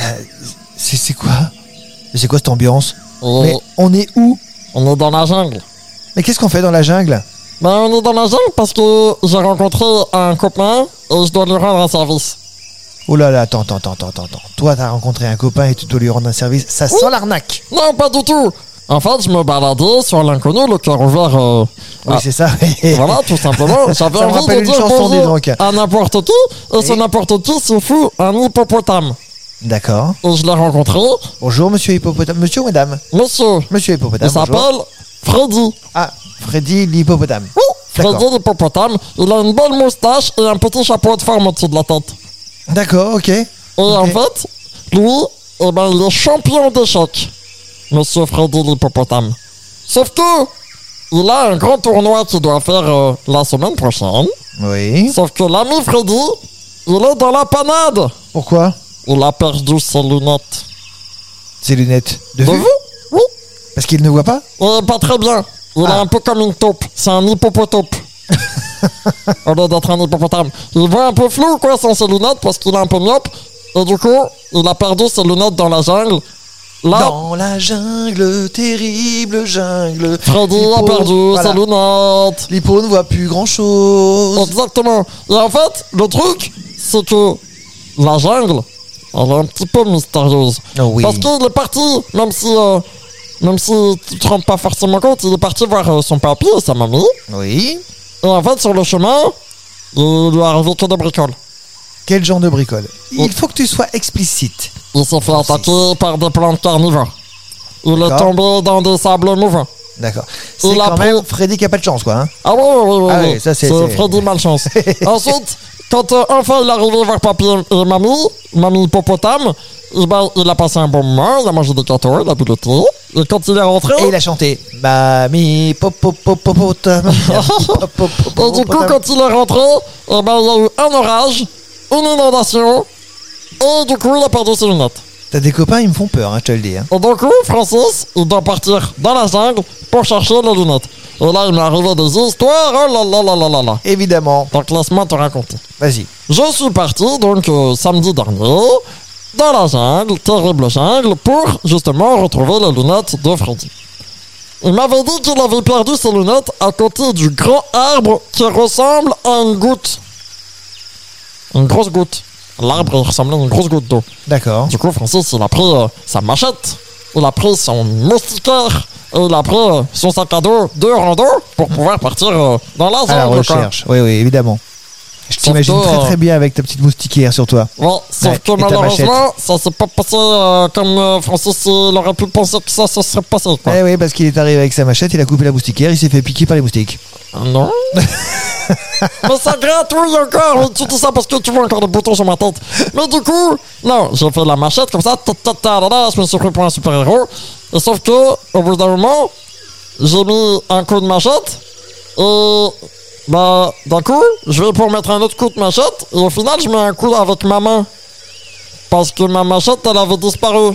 Euh, c'est c'est quoi C'est quoi cette ambiance On, Mais on est où on est dans la jungle. Mais qu'est-ce qu'on fait dans la jungle Ben, on est dans la jungle parce que j'ai rencontré un copain et je dois lui rendre un service. Oh là là, attends, attends, attends, attends, attends. Toi, t'as rencontré un copain et tu dois lui rendre un service. Ça sent l'arnaque. Non, pas du tout En fait, je me baladais sur l'inconnu, le cœur ouvert. euh, Oui, Ah. c'est ça. Voilà, tout simplement. J'avais me envie rappelle une de dire chanson, dis bonjour donc. à n'importe qui, et ce n'importe qui se fout un hippopotame. D'accord. Et je l'ai rencontré, Bonjour, monsieur Hippopotame. Monsieur ou madame monsieur. Monsieur Hippopotame. Il bonjour. s'appelle Freddy. Ah, Freddy l'Hippopotame. Oui, D'accord. Freddy l'hippopotame. Il a une belle moustache et un petit chapeau de forme au-dessus de la tête. D'accord, ok. Et en Ok. fait, lui, eh ben, il est champion d'échecs. Monsieur Freddy l'hippopotame. Sauf que, il a un grand tournoi qu'il doit faire euh, la semaine prochaine. Oui. Sauf que l'ami Freddy, il est dans la panade. Pourquoi Il a perdu ses lunettes. Ses lunettes de De vue Bah vous Oui. Parce qu'il ne voit pas Euh, pas très bien. Il est Ah. un peu comme une taupe. C'est un hippopotope. Au lieu d'être un hippopotame. Il voit un peu flou, quoi, sans ses lunettes, parce qu'il est un peu myope. Et du coup, il a perdu ses lunettes dans la jungle. Là, Dans la jungle, terrible jungle. Freddy a Hippo- perdu voilà. ses lunettes. L'hippo ne voit plus grand chose. Exactement. Et en fait, le truc, c'est que la jungle, elle est un petit peu mystérieuse. Oh oui. Parce qu'il est parti, même si, euh, même si tu te rends pas forcément compte, il est parti voir euh, son papy et sa mamie. Oui. Et en fait, sur le chemin, il lui est arrivé que des bricoles. Quel genre de bricole Oh. Il faut que tu sois explicite. Il s'est fait attaquer par des plantes carnivores. Il est Ah, D'accord. tombé dans des sables mouvants. D'accord. C'est Il a quand pris- même Freddy qui a pas de chance, quoi. hein. Ah oui, oui, oui, oui, Ah oui. oui, ça, c'est- C'est c'est- Freddy Malchance. Ensuite, quand euh, enfin il est arrivé vers papy et mamie, mamie hippopotame, eh ben, il a passé un bon moment, il a mangé des gâteaux, il a bu le thé. Et quand il est rentré, Et il a chanté Mamie, popopopopotame. et ben, du coup, quand il est rentré, eh ben, il y a eu un orage, une inondation, et du coup, il a perdu ses lunettes. T'as des copains, ils me font peur, hein, je te le dis. hein. Et donc oui, Francis, il doit partir dans la jungle pour chercher les lunettes. Et là, il m'est arrivé des histoires, oh là là là là là là. Évidemment. Donc laisse-moi te raconter. Vas-y. Je suis parti, donc euh, samedi dernier, dans la jungle, terrible jungle, pour justement retrouver les lunettes de Freddy. Il m'avait dit qu'il avait perdu ses lunettes à côté du grand arbre qui ressemble à une goutte. Une grosse goutte. L'arbre il ressemblait à une grosse goutte d'eau. D'accord. Du coup, Francis, il a pris euh, sa machette, il a pris son moustiquaire, et il a pris euh, son sac à dos de rando pour pouvoir partir euh, dans la À la jungle, quoi. recherche. Oui, oui, évidemment. Je t'imagine Sauf que, très euh, très bien avec ta petite moustiquaire sur toi. Ouais, sauf Ouais, que Bah, et ta malheureusement, machette. ça s'est pas passé euh, comme euh, Francis il aurait pu penser que ça se serait passé. Quoi. Eh oui, parce qu'il est arrivé avec sa machette, il a coupé la moustiquaire, il s'est fait piquer par les moustiques. Ah Non. Mais ça gratouille encore, mais tu dis ça parce que tu vois encore des boutons sur ma tête. Mais du coup, non, j'ai fait la machette comme ça, ta ta ta la la, je me suis pris pour un super héros. Et sauf que, au bout d'un moment, j'ai mis un coup de machette, et bah, d'un coup, je vais pour mettre un autre coup de machette, et au final, je mets un coup avec ma main. Parce que ma machette, elle avait disparu.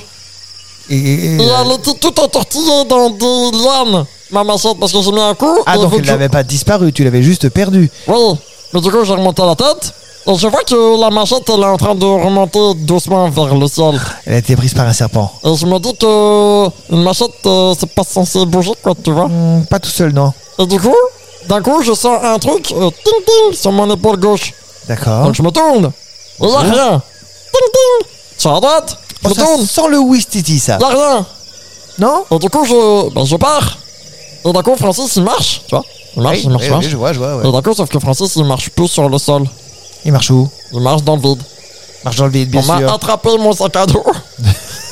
Et, et- Et elle était toute entortillée dans des lianes, ma machette, parce que j'ai mis un coup. Ah, et donc vu il que- n'avait pas disparu, tu l'avais juste perdu. Oui, mais du coup, j'ai remonté la tête. Et je vois que la machette, elle est en train de remonter doucement vers le ciel. Elle a été prise par un serpent. Et je me dis que une machette, euh, c'est pas censé bouger, quoi, tu vois. Hmm, pas tout seul, non. Et du coup, d'un coup, je sens un truc, euh, ting ting, sur mon épaule gauche. D'accord. Donc je me tourne. Il y a rien. Ting ting, sur la droite. Hein Oh, Je me ça tourne. sent le whistiti, ça. Il y a rien. Non Et du coup, je, ben, je pars. Et d'un coup, Francis, il marche, tu vois. Il marche, il marche, il marche. je vois, je vois. Et d'un coup, sauf que Francis, il marche plus sur le sol. Il marche où Il marche dans le vide. Il marche dans le vide, bien on m'a sûr. attrapé mon sac à dos.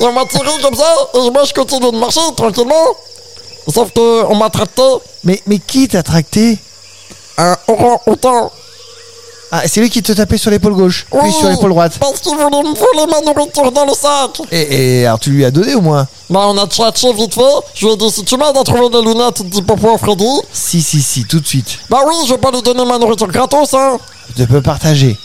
et on m'a tiré comme ça, et moi je continue de marcher tranquillement. Sauf que on m'a traité Mais, mais qui t'a tracté un orang-outan. Ah, c'est lui qui te tapait sur l'épaule gauche, puis Oui, sur l'épaule droite. Parce qu'il voulait me voler ma nourriture dans le sac. Et, et alors tu lui as donné au moins Bah on a tchatché vite fait. Je lui ai dit si tu m'aides à trouver les lunettes d'Hippopo Freddy, Si, si, si, tout de suite. bah oui, je vais pas lui donner ma nourriture gratos, hein. Tu peux partager.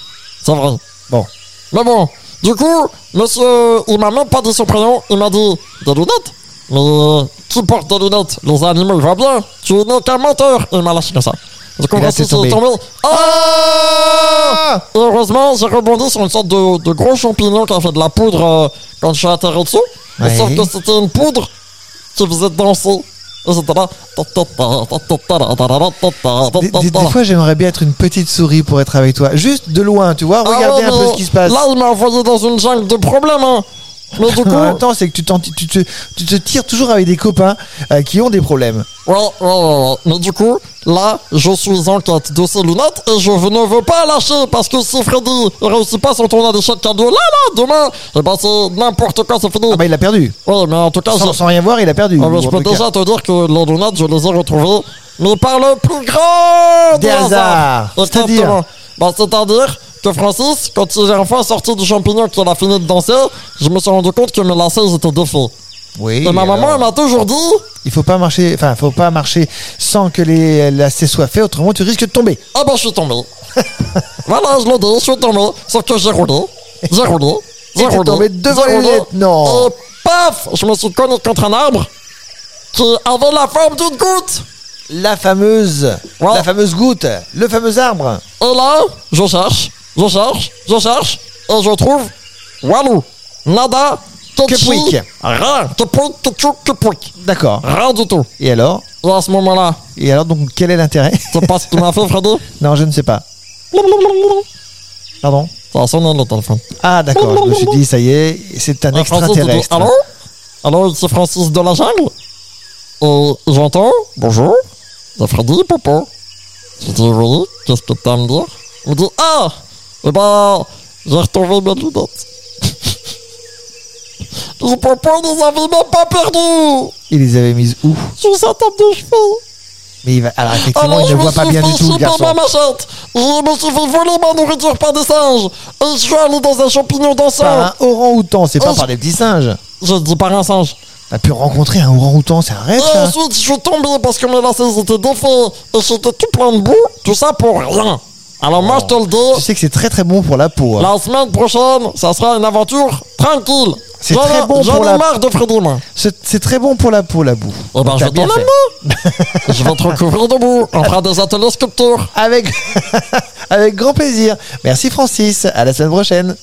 C'est vrai. Bon. Mais bon, du coup, monsieur, il m'a même pas dit son prénom, il m'a dit des lunettes. Mais qui porte des lunettes Les animaux, il va bien. Tu n'es qu'un menteur. Il m'a lâché comme ça. Du coup, Et là, reste t'es sur le tombé. turmoil. Ah Et Heureusement, j'ai rebondi sur une sorte de, de gros champignon qui a fait de la poudre euh, quand je suis atterri dessus. Ouais. Sauf que c'était une poudre qui faisait danser. Et c'était là. Des, des- des fois, j'aimerais bien être une petite souris pour être avec toi. Juste de loin, tu vois, Ah regarder ouais, un peu mais ce qui se passe. Là, il m'a envoyé dans une jungle de problèmes. Hein. Mais du coup, En ouais, même temps, c'est que tu, t'en- tu, te, tu te tires toujours avec des copains euh, qui ont des problèmes. ouais, ouais, ouais. Mais du coup, là, je suis en quête de ces lunettes et je ne veux pas lâcher parce que si Freddy ne réussit pas son tournoi d'échecs cadeau là, là, demain, eh ben c'est n'importe quoi, c'est fini. Ah bah, il a perdu. Ouais, mais en tout cas, Sans, je- sans rien voir, il a perdu. Ah, mais Ou je en peux tout cas, déjà te dire que les lunettes, je les ai retrouvées, mais par le plus grand Des hasards. C'est-à-dire Exactement. Bah, c'est-à-dire que Francis, quand il est enfin sorti du champignon qu'il a fini de danser, je me suis rendu compte que mes lacets ils étaient défaits. Oui. Et ma alors, maman, elle m'a toujours dit Il faut pas marcher, enfin, faut pas marcher sans que les lacets soient faits, autrement tu risques de tomber. Ah ben, je suis tombé. voilà, je le dis, je suis tombé. Sauf que j'ai roulé. J'ai roulé. Et J'ai t'es roulé. tombé devant j'ai les roulé. lunettes, non. Et paf Je me suis cogné contre un arbre qui avait la forme d'une goutte. La fameuse, Ouais. la fameuse goutte, le fameux arbre. Et là, je cherche, je cherche, je cherche, et je trouve Walou, Nada, Ketchi, Kepwick. rien, Kepwick, Ketchou, Kepwick, D'accord. rien du tout. Et alors Et à ce moment-là, Et alors, donc, quel est l'intérêt c'est pas ce qu'il m'a fait, Freddy Non, je ne sais pas. Blablabla. Pardon Ça a sonné le téléphone. Ah, d'accord. Je me suis dit, ça y est, c'est un Et Francis te dit, extraterrestre. Allô Allô, c'est Francis de la jungle Et j'entends, bonjour, c'est Freddy Popo. Je dis, oui, qu'est-ce que t'as à me dire Il me dit, ah Eh ben, j'ai retrouvé mes lunettes. Les Popo les avait même pas perdu Il les avait mises où Sous sa table de cheveux Mais il va... Alors, effectivement, alors, il je ne me voit pas suis bien du fait tout, le chier par ma garçon. machette. Je me suis fait voler ma nourriture par des singes. Et je suis allé dans un champignon dansant. Par un orang-outan, c'est pas Oh, par des petits singes. Je dis par un singe. T'as pu rencontrer un orang-outan, c'est un rêve, Et ça ensuite, je suis tombé parce que mes lacets étaient défaits et j'étais tout plein de boue, tout ça pour rien. Alors moi, je te le Tu dis, sais que c'est très très bon pour la peau. hein. la semaine prochaine, ça sera une aventure tranquille. C'est J'en très ai- bon j'en pour ai la- Oh, marre de Freddy, moi. C'est c'est très bon pour la peau, la boue. Eh ben, Donc, je t'as vais t'en bien fait. amener. Je vais te recouvrir de boue. On fera des ateliers sculpture. Avec, avec grand plaisir. Merci Francis, à la semaine prochaine.